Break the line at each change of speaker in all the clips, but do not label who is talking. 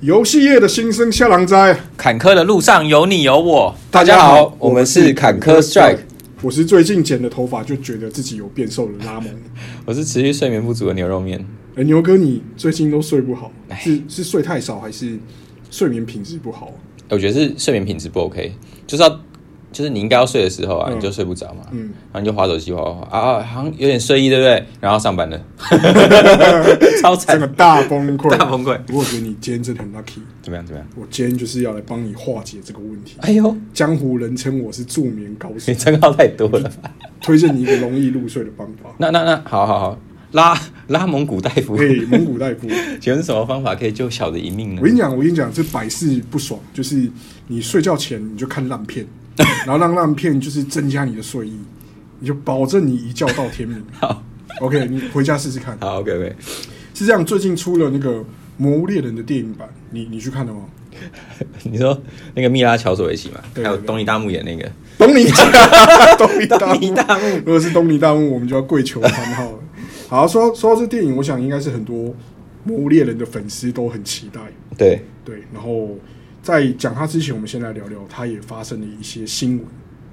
游戏业的新生下狼灾，
坎坷的路上有你有我。
大家好，我们是坎坷 Strike，
我是最近剪了头发就觉得自己有变瘦的拉蒙。
我是持续睡眠不足的牛肉面。
哎，牛哥，你最近都睡不好，
哎
是是睡太少还是睡眠品质不 好？
我觉得是睡眠品质不 OK，就是要就是你应该要睡的时候啊，
嗯
你就睡不着嘛，
嗯，
然后你就划手机划划划啊，啊好像有点睡意，对不对？然后上 班了，超
真
惨
的，大崩溃，
大崩溃。
不过我觉得你今天真的很 lucky，
怎么样怎么样？
我今天就是要来帮你化解这个问题。
哎呦，
江湖人称我是助眠高手
你，称号太多了吧？
推荐你一个容易入睡的方 法。
那那那，好好好，拉拉蒙古大夫，
嘿，蒙古大夫，
请问是什么方法可以救小的一命呢
我？跟你讲，我跟你讲，这百试不爽，就是你睡觉前你就看烂片，然后让烂片就是增加你的睡意，你就保证你一觉到天明。
好
OK，你回家试试看。
好，OK OK，
是这样，最近出了那个《魔物猎人》的电影版，你你去看了吗？
你说那个蜜拉乔索维奇嘛，还
对
有
对对
东尼大木演那个，
东尼 东尼大
东尼大木
如果是东尼大木，我们就要跪求番号了。好，说说到这电影，我想应该是很多《魔物猎人》的粉丝都很期待。
对，
对，然后在讲他之前，我们先来聊聊，他也发生了一些新闻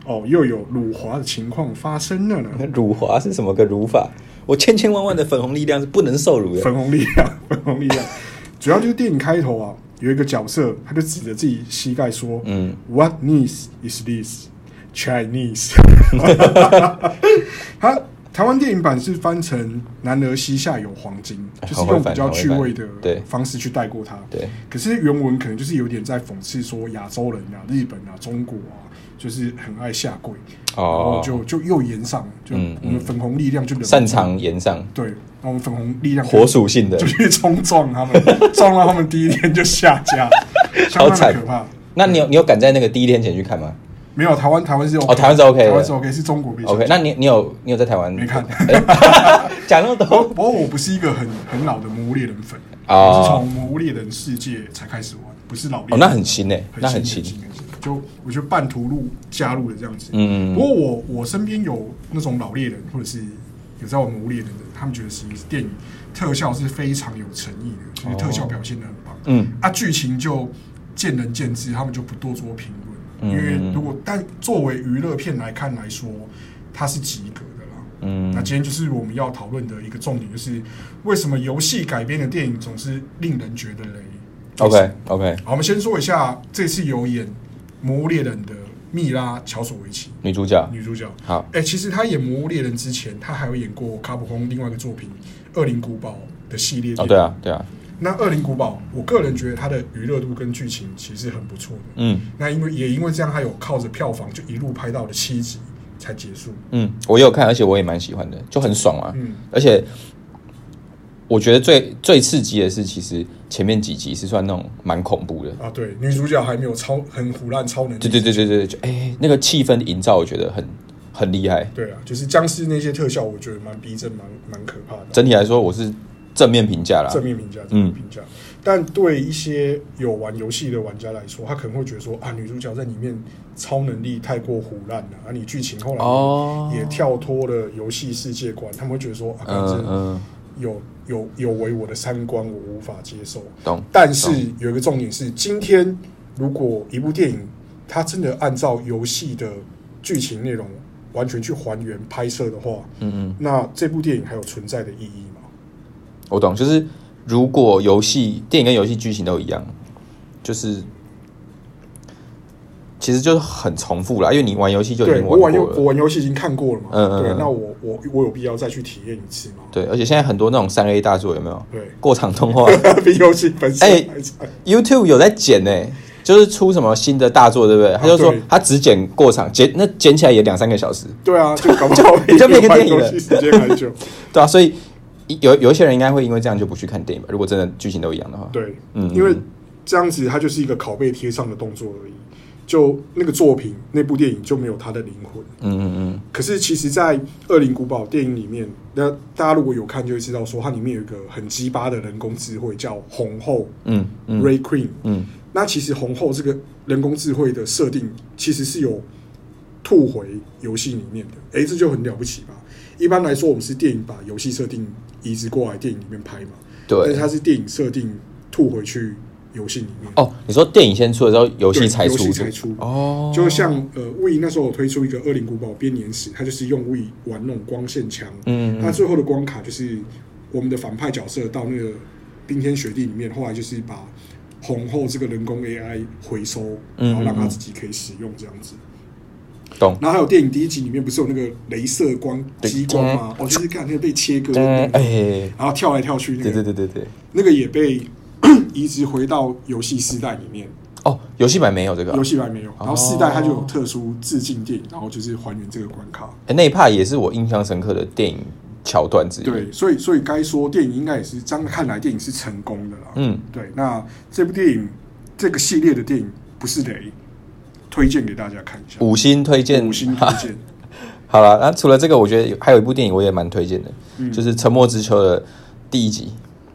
哦，又有辱华的情况发生了呢。
辱华是什么个辱法？我千千万万的粉红力量是不能受辱的。
粉红力量， 粉红力量，主要就是电影开头啊，有一个角色，他就指着自己膝盖说：“
嗯
，What needs is this Chinese？” 他台湾电影版是翻成“男儿膝下有黄金”，就是用比较趣味的
好会翻好会翻对
方式去带过他。
对，
可是原文可能就是有点在讽刺说亚洲人啊、日本啊、中国啊，就是很爱下跪，
哦
然后就就又延上了，就
嗯
我们粉红力量就忍不住
擅长言上，
对，然后我们粉红力量
火属性的
就。去冲撞他们，撞到他们第一天就下架，相
好
当
惨
的可怕。
那你有你有赶在那个第一天前去看吗
没有台湾，台湾是 OK，
哦台湾是 OK 的
台湾是 OK，是中国比较。
？OK，那你你有你有在台湾
没 看
哎讲那么
不过
多
不过我不是一个很很老的《魔物猎人》粉，
哦
我是从《魔物猎人世界》才开始玩，不是老猎人。
哦，那很新诶，那很
很
新
很。新很新就我觉得半途入加入的这样子。
嗯
不过我我身边有那种老猎人，或者是有在玩《魔物猎人》的，他们觉得其实电影特效是非常有诚意的，就是特效表现的很棒。
嗯，
啊，剧情就见仁见智，他们就不多做评论，
嗯
因为如果但作为娱乐片来看来说，它是及格的啦。
嗯
那今天就是我们要讨论的一个重点，就是为什么游戏改编的电影总是令人觉得雷为什么
OK OK，
好，我们先说一下这次有演《魔物猎人》的蜜拉乔索维奇
女主角
女主角。
好
哎、其实她演《魔物猎人》之前，她还有演过卡普空另外一个作品《恶灵古堡》的系列。
哦，对。啊对啊，
那《恶灵古堡》，我个人觉得它的娱乐度跟剧情其实很不错的。
嗯
那因为也因为这样，它有靠着票房就一路拍到了七集才结束。
嗯，我也有看，而且我也蛮喜欢的，就很爽啊。
嗯
而且我觉得最最刺激的是，其实前面几集是算那种蛮恐怖的，
啊，对，女主角还没有超很腐烂超能力。
对对对对对，就哎、那个气氛营造，我觉得很很厉害。
对啊，就是僵尸那些特效，我觉得蛮逼真，蛮蛮可怕的。啊
整体来说，我是正面评价啦。
正面评价，正
嗯
面评价。但对一些有玩游戏的玩家来说，他可能会觉得说啊，女主角在里面超能力太过胡乱了，啊，你剧情后来也,、
哦
跳脱了游戏世界观，他们会觉得说啊，
嗯
反正
嗯，
有有有违我的三观，我无法接受。
懂。
但是
懂
有一个重点是，今天如果一部电影它真的按照游戏的剧情内容完全去还原拍摄的话，
嗯嗯，
那这部电影还有存在的意义吗？
我懂。就是如果游戏、电影跟游戏剧情都一样，就是其实就是很重复啦，因为你玩游戏就已
对，
经
我
玩
玩游我
过了。
玩游戏已经看过了嘛，
嗯嗯
对，
嗯
那我我我有必要再去体验一次吗？
对，而且现在很多那种三 A 大作有没有？
对，
过场动画
比游戏本身
哎
还惨。
，YouTube 有在剪呢、就是出什么新的大作，对不对？他就说
哦对
他只剪过场，剪那剪起来也两三个小时，
对 啊，就搞不好
就就变个电影了
比游戏时间还久。
对啊，所以一有有一些人应该会因为这样就不去看电影吧。如果真的剧情都一样的话，
对，
嗯
因为这样子它就是一个拷贝贴上的动作而已，就那个作品那部电影就没有它的灵魂。
嗯嗯嗯，
可是其实，在《恶灵古堡》电影里面，那大家如果有看就会知道，说它里面有一个很鸡巴的人工智慧叫红后
嗯嗯
Ray Queen。
嗯，
那其实红后这个人工智慧的设定，其实是有吐回游戏里面的。诶，这就很了不起吧？一般来说，我们是电影把游戏设定移植过来电影里面拍嘛，但
对
是它是电影设定吐回去游戏里面。
哦，你说电影先出的时候，游
对
戏才
游
出
戏才出
哦，
就像呃，We 那时候我推出一个《恶灵古堡编年史》，它就是用 We 玩那种光线枪，
嗯嗯
它最后的光卡就是我们的反派角色到那个冰天雪地里面，后来就是把红后这个人工 AI 回收，
嗯
然后让它
嗯嗯
自己可以使用这样子。
懂。
然后还有电影第一集里面不是有那个镭射光
对
激光吗？哦，就是看那个被切割的那
嗯，
个，
哎，
然后跳来跳去那
对对
个，
对对对，
那个也被 移植回到游戏时代里面。
哦，游戏版没有这个啊
游，戏版没有，然后四代它就有特殊致敬电影，然后就是还原这个关卡。
哎那一 part 也是我印象深刻的电影桥段之一。
对，所以所以该说电影应该也是这样看来，电影是成功的啦。
嗯，
对。那这部电影这个系列的电影不是雷，推荐给大家看一下，
五星推荐，
五星推荐。
好了，那除了这个，我觉得有还有一部电影我也蛮推荐的，
嗯
就是《沉默之丘》的第一集。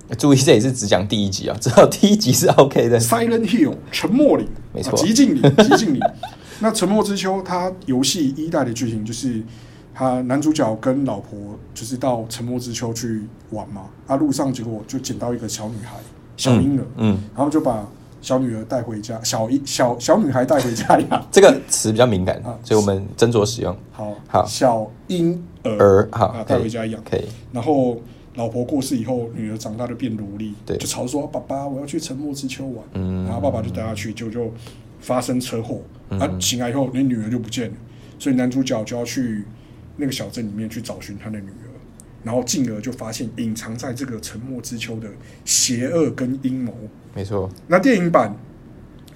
哎注意，这也是只讲第一集啊， 只有第一集是 OK 的。
Silent Hill 沉默岭，
没错
啊寂 静岭，寂静岭。那《沉默之丘》它游戏一代的剧情就是，他男主角跟老婆就是到沉默之丘去玩嘛，啊，路上结果就捡到一个小女孩，小婴儿，
嗯嗯，
然后就把小女儿带回家，小一小小女孩带回家养
这个词比较敏感
啊，
所以我们斟酌使用。
好，
好
小婴儿，
儿好哎
啊，，带
可
回
以
家养，
可以，
然后老婆过世以后，女儿长大就变奴隶，
对
就吵着说啊爸爸我要去沉默之丘玩，
嗯
然后爸爸就带她去，结果就发生车祸，啊、醒来以后那女儿就不见了，所以男主角就要去那个小镇里面去找寻他的女儿，然后进而就发现隐藏在这个沉默之丘的邪恶跟阴谋。
没错，
那电影版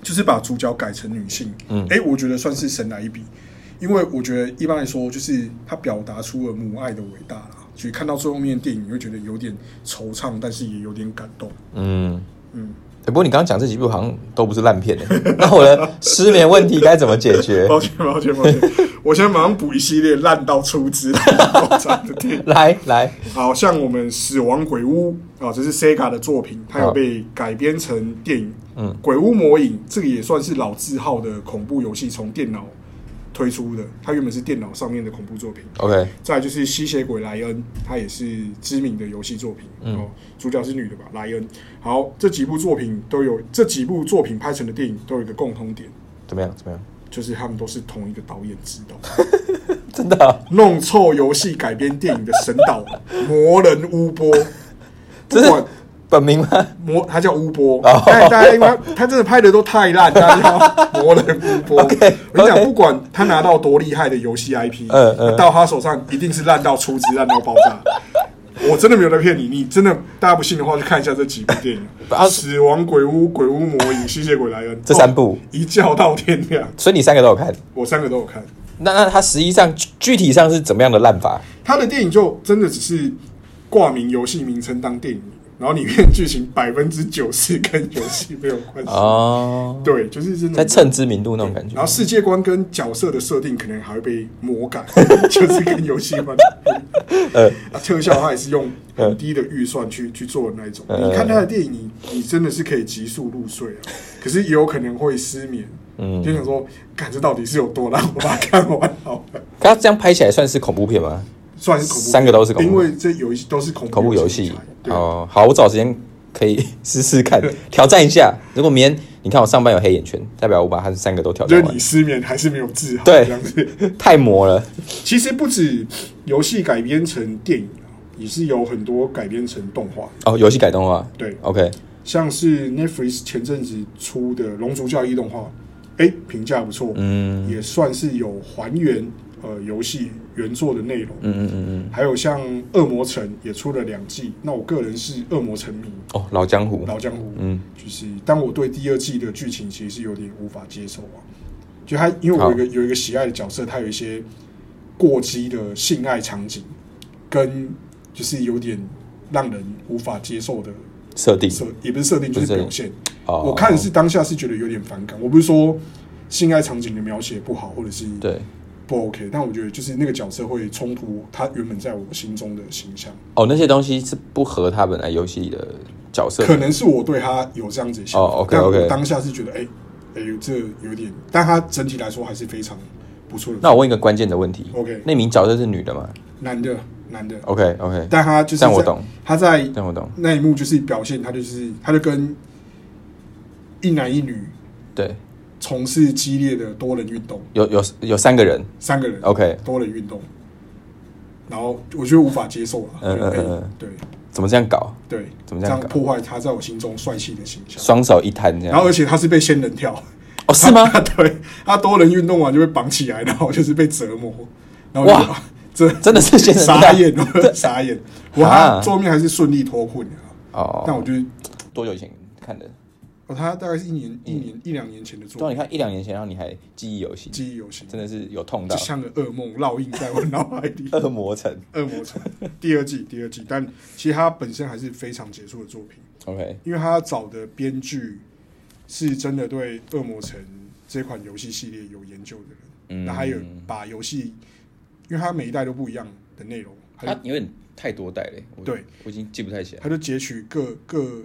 就是把主角改成女性，
嗯
哎、我觉得算是神来一笔，因为我觉得一般来说，就是它表达出了母爱的伟大啦。所以看到最后面电影，你会觉得有点惆怅，但是也有点感动。
嗯。
嗯，
欸、不过你刚刚讲这几部好像都不是烂片、欸， 那我的失眠问题该怎么解决？
抱歉，抱歉，抱歉，我现在马上补一系列烂到出汁、烂到爆炸的电影。
来来，
好像我们《死亡鬼屋》啊，这是 Sega 的作品，它有被改编成电影。
嗯
鬼屋魔影》这个也算是老字号的恐怖游戏，从电脑推出的，它原本是电脑上面的恐怖作品。
OK，
再来就是《吸血鬼莱恩》，它也是知名的游戏作品。
嗯
哦，主角是女的吧？莱恩。好，这几部作品都有，这几部作品拍成的电影都有一个共通点，
怎么样？怎么样？
就是他们都是同一个导演指导。
真的啊、
弄臭游戏改编电影的神 导魔人乌波，不
这是
管
本名吗？
魔，他叫乌波，
哦
但大家因为他真的拍的都太烂，大家叫魔人乌波。
OK，
我跟你讲，
OK
不管他拿到多厉害的游戏 IP，
嗯嗯
到他手上一定是烂到出汁，烂到爆 炸。我真的没有在骗你，你真的大家不信的话，去看一下这几部电影：
啊
《死亡鬼屋》《鬼屋魔影》《吸血鬼莱恩》
这三部
哦一觉到天亮，
所以你三个都有看。
我三个都有看。
那那它实际上具具体上是怎么样的烂法？
他的电影就真的只是挂名游戏名称当电影，然后里面剧情百分之九十跟游戏没有关系。
哦，
对，就是这种
在蹭知名度那种感觉
然。后世界观跟角色的设定可能还会被魔改， 就是跟游戏观。
呃，
啊，特效它也是用很低的预算去去做的那一种。
呃
你看他的电影，你你真的是可以急速入睡啊，可是也有可能会失眠。
嗯
就想说，看这到底是有多烂，我把它看完好了。
它这样拍起来算是恐怖片吗？
算是恐怖片，
三个都是恐怖
因为这有一都是恐
恐怖游
戏
戏
题材。对，
哦，好，我找时间可以 试试看，挑战一下。如果明天你看我上班有黑眼圈，代表我把它三个都挑
就
战
是
完
你。失眠还是没有治好，
对
这样子。
太魔了，
其实不止游戏改编成电影啊，也是有很多改编成动画，
哦，游戏改动画。
对
，OK，
像是 Netflix 前阵子出的《龙族教义》动画，哎，评价不错，
嗯
也算是有还原呃游戏原作的内容。
嗯嗯嗯嗯，
还有像《恶魔城》也出了两季，那我个人是《恶魔城》迷，
哦，老江湖。
老江湖，
嗯，
就是当我对第二季的剧情其实是有点无法接受啊，就他因为我有
好
一个有一个喜爱的角色，他有一些过激的性爱场景，跟就是有点让人无法接受的
设定。
设，也不是设定，就是
不是
表现。
哦
我看是当下是觉得有点反感，我不是说性爱场景的描写不好，或者是
对
不 OK，但我觉得就是那个角色会冲突他原本在我心中的形象，
哦，那些东西是不合他本来游戏里的角色。
可能是我对他有这样子的想法，
哦，OK，
但我
OK
当下是觉得，哎、哎、这有点，但他整体来说还是非常不错的。
那我问一个关键的问题
OK
那名角色是女的吗
男的，男的，
？OK OK，
但他就是
但我
在
懂，
他在
但我懂。
那一幕就是表现，他就是他就跟一男一女
对，
从事激烈的多人运动，
有有有三个人，
三个人
OK
多人运动，然后我觉得无法接受了，
嗯
就被哎
嗯嗯
对
怎么这样搞？
对，
怎么
这
这样
样
搞啊
破坏他在我心中帅气的形象？
双手一摊这
然后
样？
而且他是被仙人跳，
哦，是吗？
他对，他多人运动完就被绑起来，然后就是被折磨，然后我就
哇，
这
真的是仙人跳
傻眼， 我傻眼，哇，
啊
最后面还是顺利脱困的啊。那
哦，
我就
多久以前看的？
哦，他大概是一年、一年、一两年前的
对
作
啊，你
品，
看一两年前，然后你还记忆犹新，
记忆犹新，
真的是有痛到
就像个噩梦烙印在我脑海 里。
恶魔城。
恶魔城第二季，第二季，但其实它本身还是非常杰出的作品，
OK，
因为他找的编剧是真的对《恶魔城》这款游戏系列有研究的人，
嗯
那还有把游戏，因为它每一代都不一样的内容，
他
他就
有点太多代嘞，我
对，
我已经记不太起来。
他就截取各各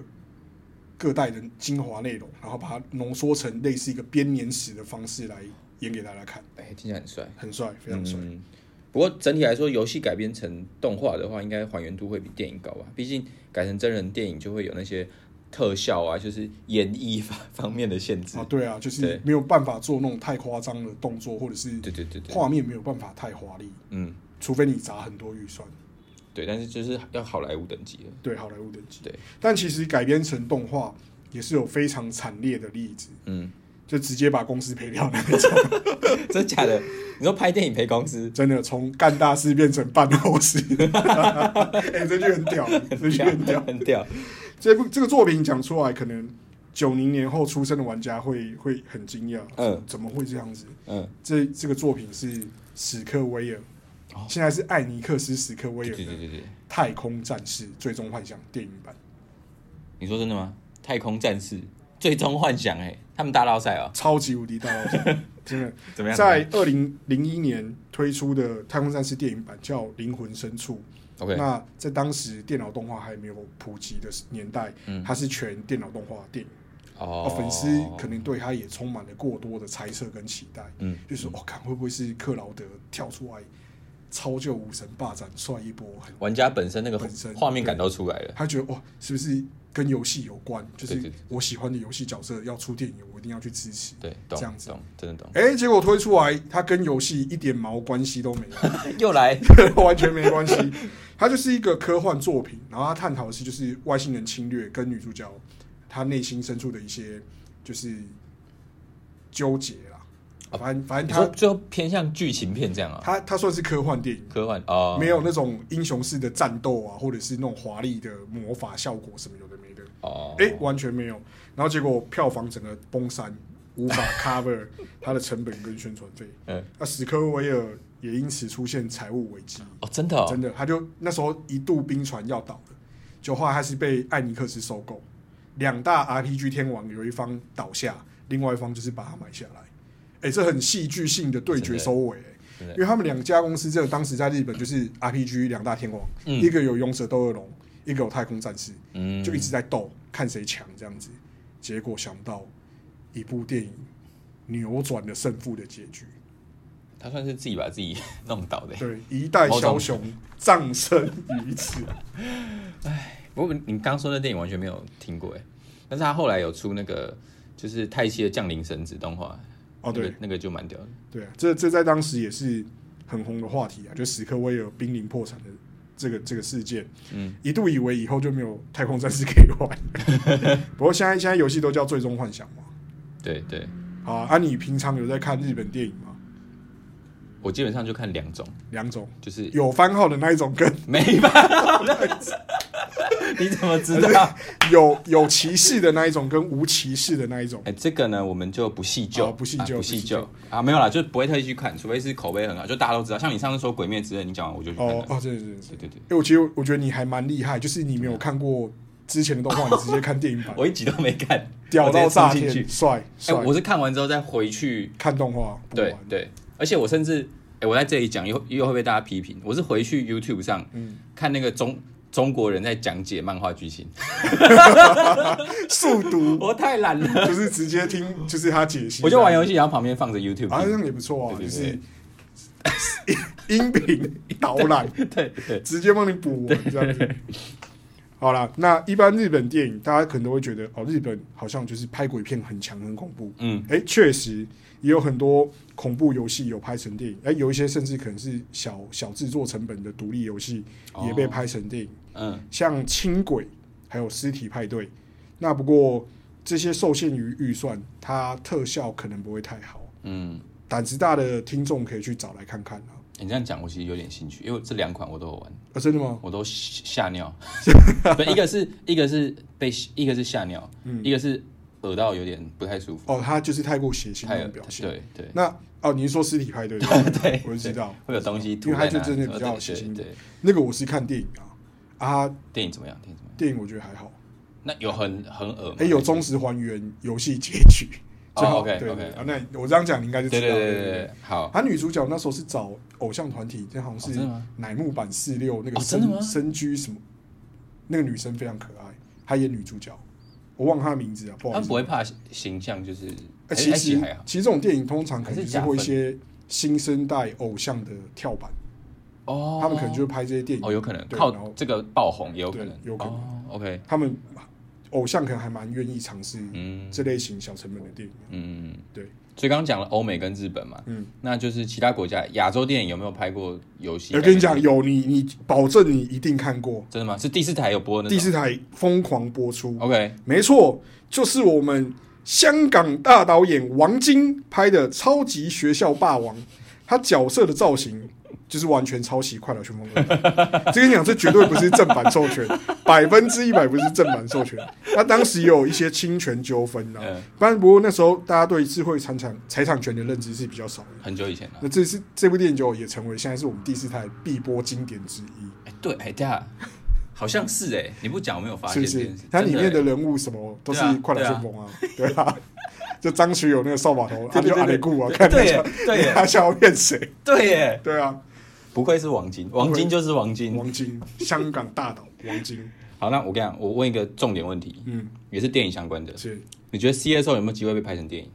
各代的精华内容，然后把它浓缩成类似一个编年史的方式来演给大家看，
哎，听起来很帅，
很帅，非常帅。
嗯。不过整体来说，游戏改编成动画的话，应该还原度会比电影高吧？毕竟改成真人电影就会有那些特效啊，就是演绎方方面的限制
啊，。对啊，就是
对
没有办法做那种太夸张的动作，或者是
对对对对，
画面没有办法太华丽，
嗯，
除非你砸很多预算，
对，但是就是要好莱坞等级了。
对好莱坞等级。
对，
但其实改编成动画也是有非常惨烈的例子，
嗯，
就直接把公司赔掉那种，
真假的？你说拍电影赔公司，
真的从干大事变成办后 事。哎、这句很屌，这句很屌。
很屌，
这部这个作品讲出来，可能九零年后出生的玩家会会很惊讶，
嗯
怎么会这样子？
嗯，
这这个作品是史克威尔
哦。
现在是艾尼克斯·史克威
对
尔的
对对对对，
太空战士最终幻想电影版，
你说真的吗？太空战士最终幻想，哎，他们大捞赛哦，
超级无敌大爆 炸，真的。
怎么样？
在二零零一年推出的太空战士电影版叫《灵魂深处》，
OK，
那在当时电脑动画还没有普及的年代，
嗯
它是全电脑动画电影，啊，
哦
粉丝可能对它也充满了过多的猜测跟期待，
嗯
就说哦我看、会不会是克劳德跳出来超就武神霸斩帅一波，很
玩家本身那个
本身
画面感都出来了。
他觉得哇，是不是跟游戏有关？就
对
是
对对
我喜欢的游戏角色要出电影，我一定要去支持。
对，懂
这样子。
懂，真的懂。
哎、结果推出来，它跟游戏一点毛关系都没有。
又来，
完全没关系。它就是一个科幻作品，然后它探讨的是就是外星人侵略跟女主角她内心深处的一些就是纠结啦。反正反
哦你
正
说
它
最后偏向剧情片这样啊？
它它算是科幻电影，
科幻哦，
没有那种英雄式的战斗啊，或者是那种华丽的魔法效果什么有的没的，
哦，
哎、完全没有。然后结果票房整个崩山，无 法 cover 它的成本跟宣传费。
嗯，
那史科威尔也因此出现财务危机。
哦，真的哦，
真的，他就那时候一度冰船要倒了，就后来他是被艾尼克斯收购，两大 RPG 天王有一方倒下，另外一方就是把它买下来。哎、这很戏剧性的对决收尾、欸
真的
因为他们两家公司真的当时在日本就是 RPG 两大天王，
嗯
一个有勇者斗恶龙，一个有太空战士，
嗯，
就一直在斗，看谁强这样子。结果想不到一部电影扭转了胜负的结局，
他算是自己把自己 弄倒的。
对，一代
某种
枭雄葬身于此。
不过你刚说那电影完全没有听过哎，但是他后来有出那个就是泰西的降临神子动画，
哦，
那
对
个，那个就蛮屌的。
对啊，这这在当时也是很红的话题啊，就史克威尔濒临破产的这个这个事件，
嗯，
一度以为以后就没有太空战士可以玩 了，不过现在现在游戏都叫最终幻想嘛，
对对，
啊，啊，你平常有在看日本电影吗？
我基本上就看两种，
两种，
就是
有番号的那一种跟
没办法， 你怎么知道？
有有歧视的那一种跟无歧视的那一种
哎、，这个呢，我们就不细究，
好哦不细究
啊
不
不
细
细
究
究啊，没有啦，就不会特意去看，除非是口碑很好，就大家都知道。像你上次说《鬼灭之刃》，你讲完我就去看了。
哦哦，真的真的是
对，对对，
哎，我其实我觉得你还蛮厉害，就是你没有看过之前的动画，你直接看电影版，
我一集都没看，
屌到
我直接
炸
冲进去
天，。帅
哎、
帅，
我是看完之后再回去，
看动画不
对
玩。
对，而且我甚至，哎、我在这里讲又又会被大家批评，我是回去 YouTube 上、
嗯
看那个中中国人在讲解漫画 剧情，
速读
我太懒 了，
就是直接听，就是他解析。
我就玩游戏，然后旁边放着 YouTube，
啊，这
听、
样也不错啊，
对
就
对
是
对
音频导览，
对对
直接帮你补完这样子。好啦，那一般日本电影大家可能都会觉得哦，日本好像就是拍鬼片很强很恐怖。
嗯，
哎、确实也有很多恐怖游戏有拍成电影，哎、有一些甚至可能是小小制作成本的独立游戏
哦
也被拍成电影，
嗯，
像《轻轨》还有《尸体派对》。那不过这些受限于预算，它特效可能不会太好。
嗯，
胆子大的听众可以去找来看看啊！
你这样讲，我其实有点兴趣，因为这两款我都有玩，
啊，真的吗？
我都吓 吓尿。对，一个是一个是被一个是吓尿，
嗯
一个是耳到有点不太舒服，
哦，它就是太过血腥
太
那
有
种表现。
对对，
那哦，你是说尸体派对？ 对，我就知道
会有东西
因
吐
为它
在
就
那
真
里。
的比较血
对
腥
对
一点。
对，
那个我是看电影啊，啊，
电影怎么样？电影怎么样？
电影我觉得还好。
那有很很耳吗？
哎，有忠实还原游戏结局，
哦
最好
OK，
对对对
OK
啊。那我这样讲，你应该就知
对
道
对
了。
对对对，好，
啊她女主角那时候是找偶像团体，这好像
哦
是
真的吗
乃木坂四六那个
哦真的吗
深深居什么，那个女生非常可爱，她演女主角，我忘了她的名字啊，不好
他
意思。
不会怕形象，就是哎
呃
还
其
还
实
还好
其实这种电影通常可能就
还是
是
加分
会一些新生代偶像的跳板，
哦，
他们可能就会拍这些电影
哦，有可能
对
靠
然后
这个爆红，也有可
对
能，
有可能
哦 OK，
他们偶像可能还蛮愿意尝试
嗯
这类型小成本的电影。
嗯，
对。
所以刚刚讲了欧美跟日本嘛，
嗯，
那就是其他国家亚洲电影有没有拍过游戏？
我跟你讲，，有你你保证你一定看过，
真的吗？是第四台有播的哦那
第
种？
四台疯狂播出，
OK，
没错，就是我们香港大导演王晶拍的《超级学校霸王》，他角色的造型就是完全抄袭《快乐旋风二》。这跟你讲，这绝对不是正版授权，百分之一百不是正版授权。他当时也有一些侵权纠纷啊
嗯，
但不过那时候大家对智慧财产财产权的认知是比较少的。
很久以前了。
那这是这部电影就也成为现在是我们第四台必播经典之一。
哎，对，哎，对啊，好像是哎，你不讲我没有发
是
现
不
这
是
件事？。
它里面
真
的
哎
人物什么都是
对啊
快乐旋风啊，对啊，就张学友那个扫把头，他
对
就
对
阿
对
里固啊， 看
哎
他
对耶
想
对耶
他想要骗谁？
对耶，
对啊，
不愧是王晶，王晶就是王晶。
王晶，香港大岛王晶，
好，那我跟你讲，我问一个重点问题，
嗯，
也是电影相关的，
是
你觉得 CSO 有没有机会被拍成电影？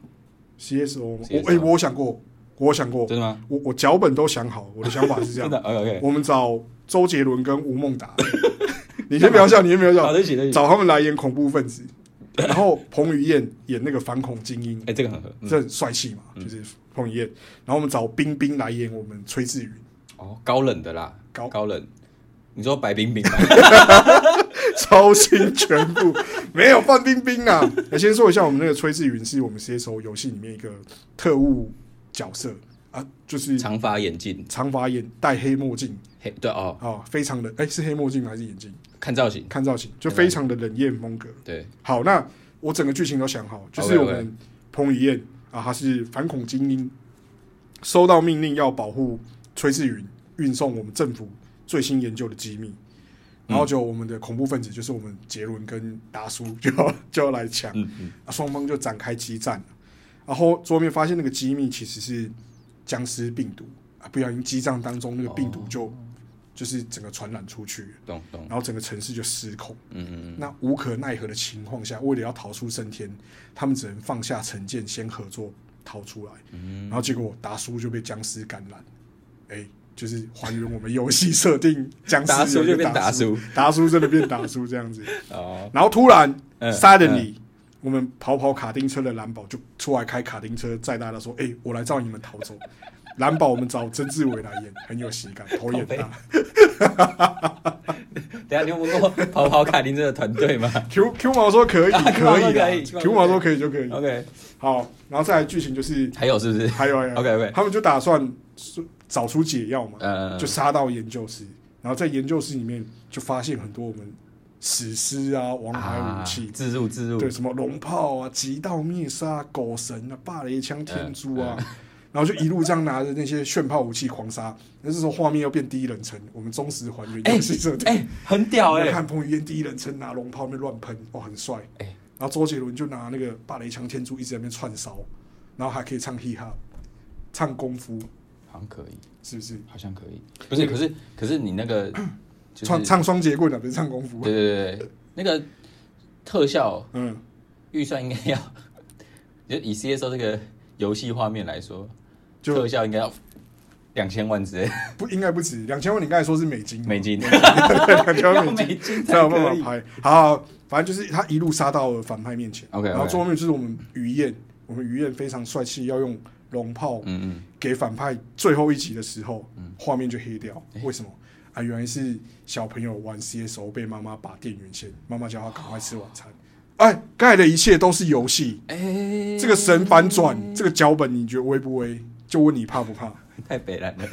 CSO，我
CSO
哎，我想过，我想过，
真的吗？
我我脚本都想好，我的想法是这
真的
样，
？OK OK，
我们找周杰伦跟吴孟达， 你先不要笑，你先不要
好，
笑，
对不起对不起。
找他们来演恐怖分子，然后彭于晏演那个反恐精英，
哎，这个很合。嗯
这很帅气嘛，就是彭于晏。然后我们找冰冰来演我们崔志云，
哦，高冷的啦，
高
高冷。你说白冰冰 吗？
超新全部没有范冰冰 啊！那先说一下，我们那个崔志云是我们 CSO 游戏里面一个特务角色啊，就是
长发眼镜，
长发眼、戴黑墨镜
嘿，对哦，
啊，非常的哎是黑墨镜还是眼镜？
看造型，
看造型就非常的冷艳风格。
对，
好，那我整个剧情都想好，就是我
OK，OK
们彭于晏啊，他是反恐精英，收到命令要保护崔志云，运送我们政府最新研究的机密。
嗯
然后就我们的恐怖分子，就是我们杰伦跟达叔 就要就要来抢，
嗯嗯，
啊双方就展开激战。然后桌面发现那个机密其实是僵尸病毒啊，不小心激战当中那个病毒
哦
就、就是整个传染出去了，
懂懂，
然后整个城市就失控。
嗯嗯嗯，
那无可奈何的情况下，为了要逃出升天，他们只能放下成见，先合作逃出来。
嗯
然后结果达叔就被僵尸感染，哎、就是还原我们游戏设定，僵尸
达叔就
人
变
达
达，叔，
达叔真的变达叔这样子。
哦，
然后突然、
嗯
suddenly，、我们跑跑卡丁车的蓝宝就出来开卡丁车，载大家说：“哎、我来载你们逃走。”蓝宝我们找曾志伟来演，很有喜感，头也大。
等一下你有问过跑跑卡丁这个团 队吗
Q Q 毛说可以，
啊，Q
可
毛
以
说
啦
可以，Q
，Q 毛
毛
说
说
可以就可以。
？OK，
好，然后再来剧情就是
还有是不是？
还有还有
OK，OK
他们就打算找出解药嘛，
嗯，
就杀到研究室，然后在研究室里面就发现很多我们史诗啊、王牌武器，
自入自入，
对什么龙炮啊、极道灭杀、狗神啊、霸雷枪、天珠
呃
啊。然后就一路这样拿着那些炫炮武器狂杀，那这时候画面又变第一人称，我们忠实还原 游戏设定。
哎，很屌
我
哎，
看彭于晏第一人称拿龙炮那边乱喷，哦，很帅。
哎
然后周杰伦就拿那个霸雷枪天珠一直在那边串烧，然后还可以唱 hip hop，唱功夫，
好像可以，
是不是？
好像可以，不是，可是可是你那 个就是
唱，唱双节棍啊，不是唱功夫。
对对对，那个特效
嗯，
预算应该要， 就以 CSO 这个游戏画面来说，
就
特效应该要两千万之类
不应该不止两千万，你刚才说是美金吗，
美金，
两千
要
万美
美
金
金
才有办
可
法
以。
拍。好好，反正就是他一路杀到了反派面前。
OK，OK
然后最后面就是我们于燕，我们于燕非常帅气，要用龙炮
嗯嗯，
给反派最后一集的时候，画面就黑掉。
嗯
为什么？啊，原来是小朋友玩 CSO 被妈妈拔电源线，妈妈叫他赶快吃晚餐。哎，刚才的一切都是游戏。
哎、
这个神反转，这个脚本你觉得威不威？就问你怕不怕？
太北蓝了。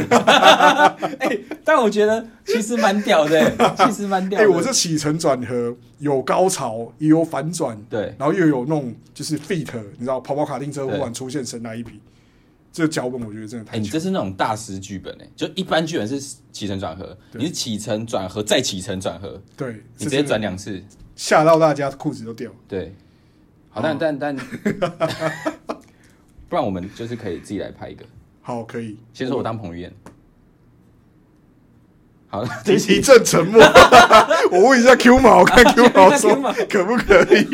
哎、但我觉得其实蛮屌的、其实蛮屌
哎、
的。
我这起承转合有高潮，也有反转，
对
然后又有那种就是 feat，你知道跑跑卡丁车忽
对
然出现神来一笔，这个脚本我觉得真的
哎、
太
你这
强。
是那种大师剧本哎、就一般剧本是起承转合，
对
你是起承转合再起承转合，
对，这
你直接
真的
转两次，
吓到大家裤子都掉。
对。好，但但但， 不然我们就是可以自己来拍一个。
好，可 以。
先说我当彭于晏。好，
一一阵沉默， 我问一下 Q 毛，看 Q 毛说
Q 毛
可不可以、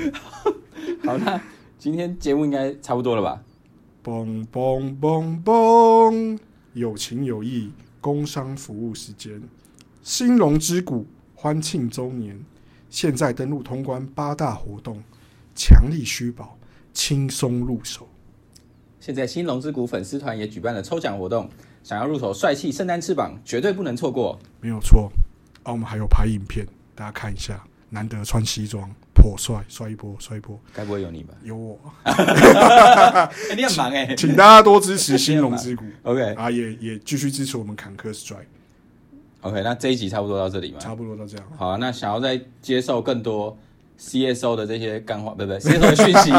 好，那今天节目应该差不多了吧？
嘣嘣嘣嘣，有情有义，工商服务时间。兴隆之谷欢庆周年，现在登录通关八大活动，强力虚宝，轻松入手。
现在新龙之谷粉丝团也举办了抽奖活动，想要入手帅气圣诞翅膀，绝对不能错过。
没有错。啊，我们还有拍影片，大家看一下，难得穿西装，颇帅，帅一波，帅一波。
该不会有你吧？
有我，
哎你很忙 哎、
请大家多支持兴隆之 谷
OK
啊，也也继续支持我们坎坷 strike，
OK，那这一集差不多到这里嘛。
差不多到这样。
好、啊，那想要再接受更多 CSO 的这些干话，不不，CSO 的讯 息、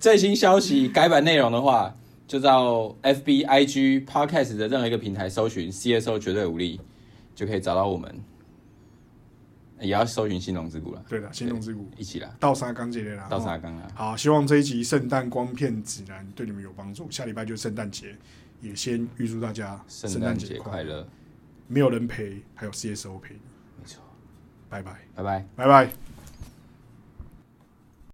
最新消息、改版内容的话，就到 FB、IG、Podcast 的任何一个平台搜寻 CSO 绝对武力，就可以找到我们。也要搜寻新龙之谷了，
对了，兴隆之谷
一起啦，
到啥钢结的啦，
到
哦
沙冈啦。啊
好，希望这一集圣诞光片指南对你们有帮助。下礼拜就是圣诞节，也先预祝大家
圣诞节快！乐，
没有人陪，还有 CSO 陪你。
没错，
拜拜，
拜拜。
拜拜。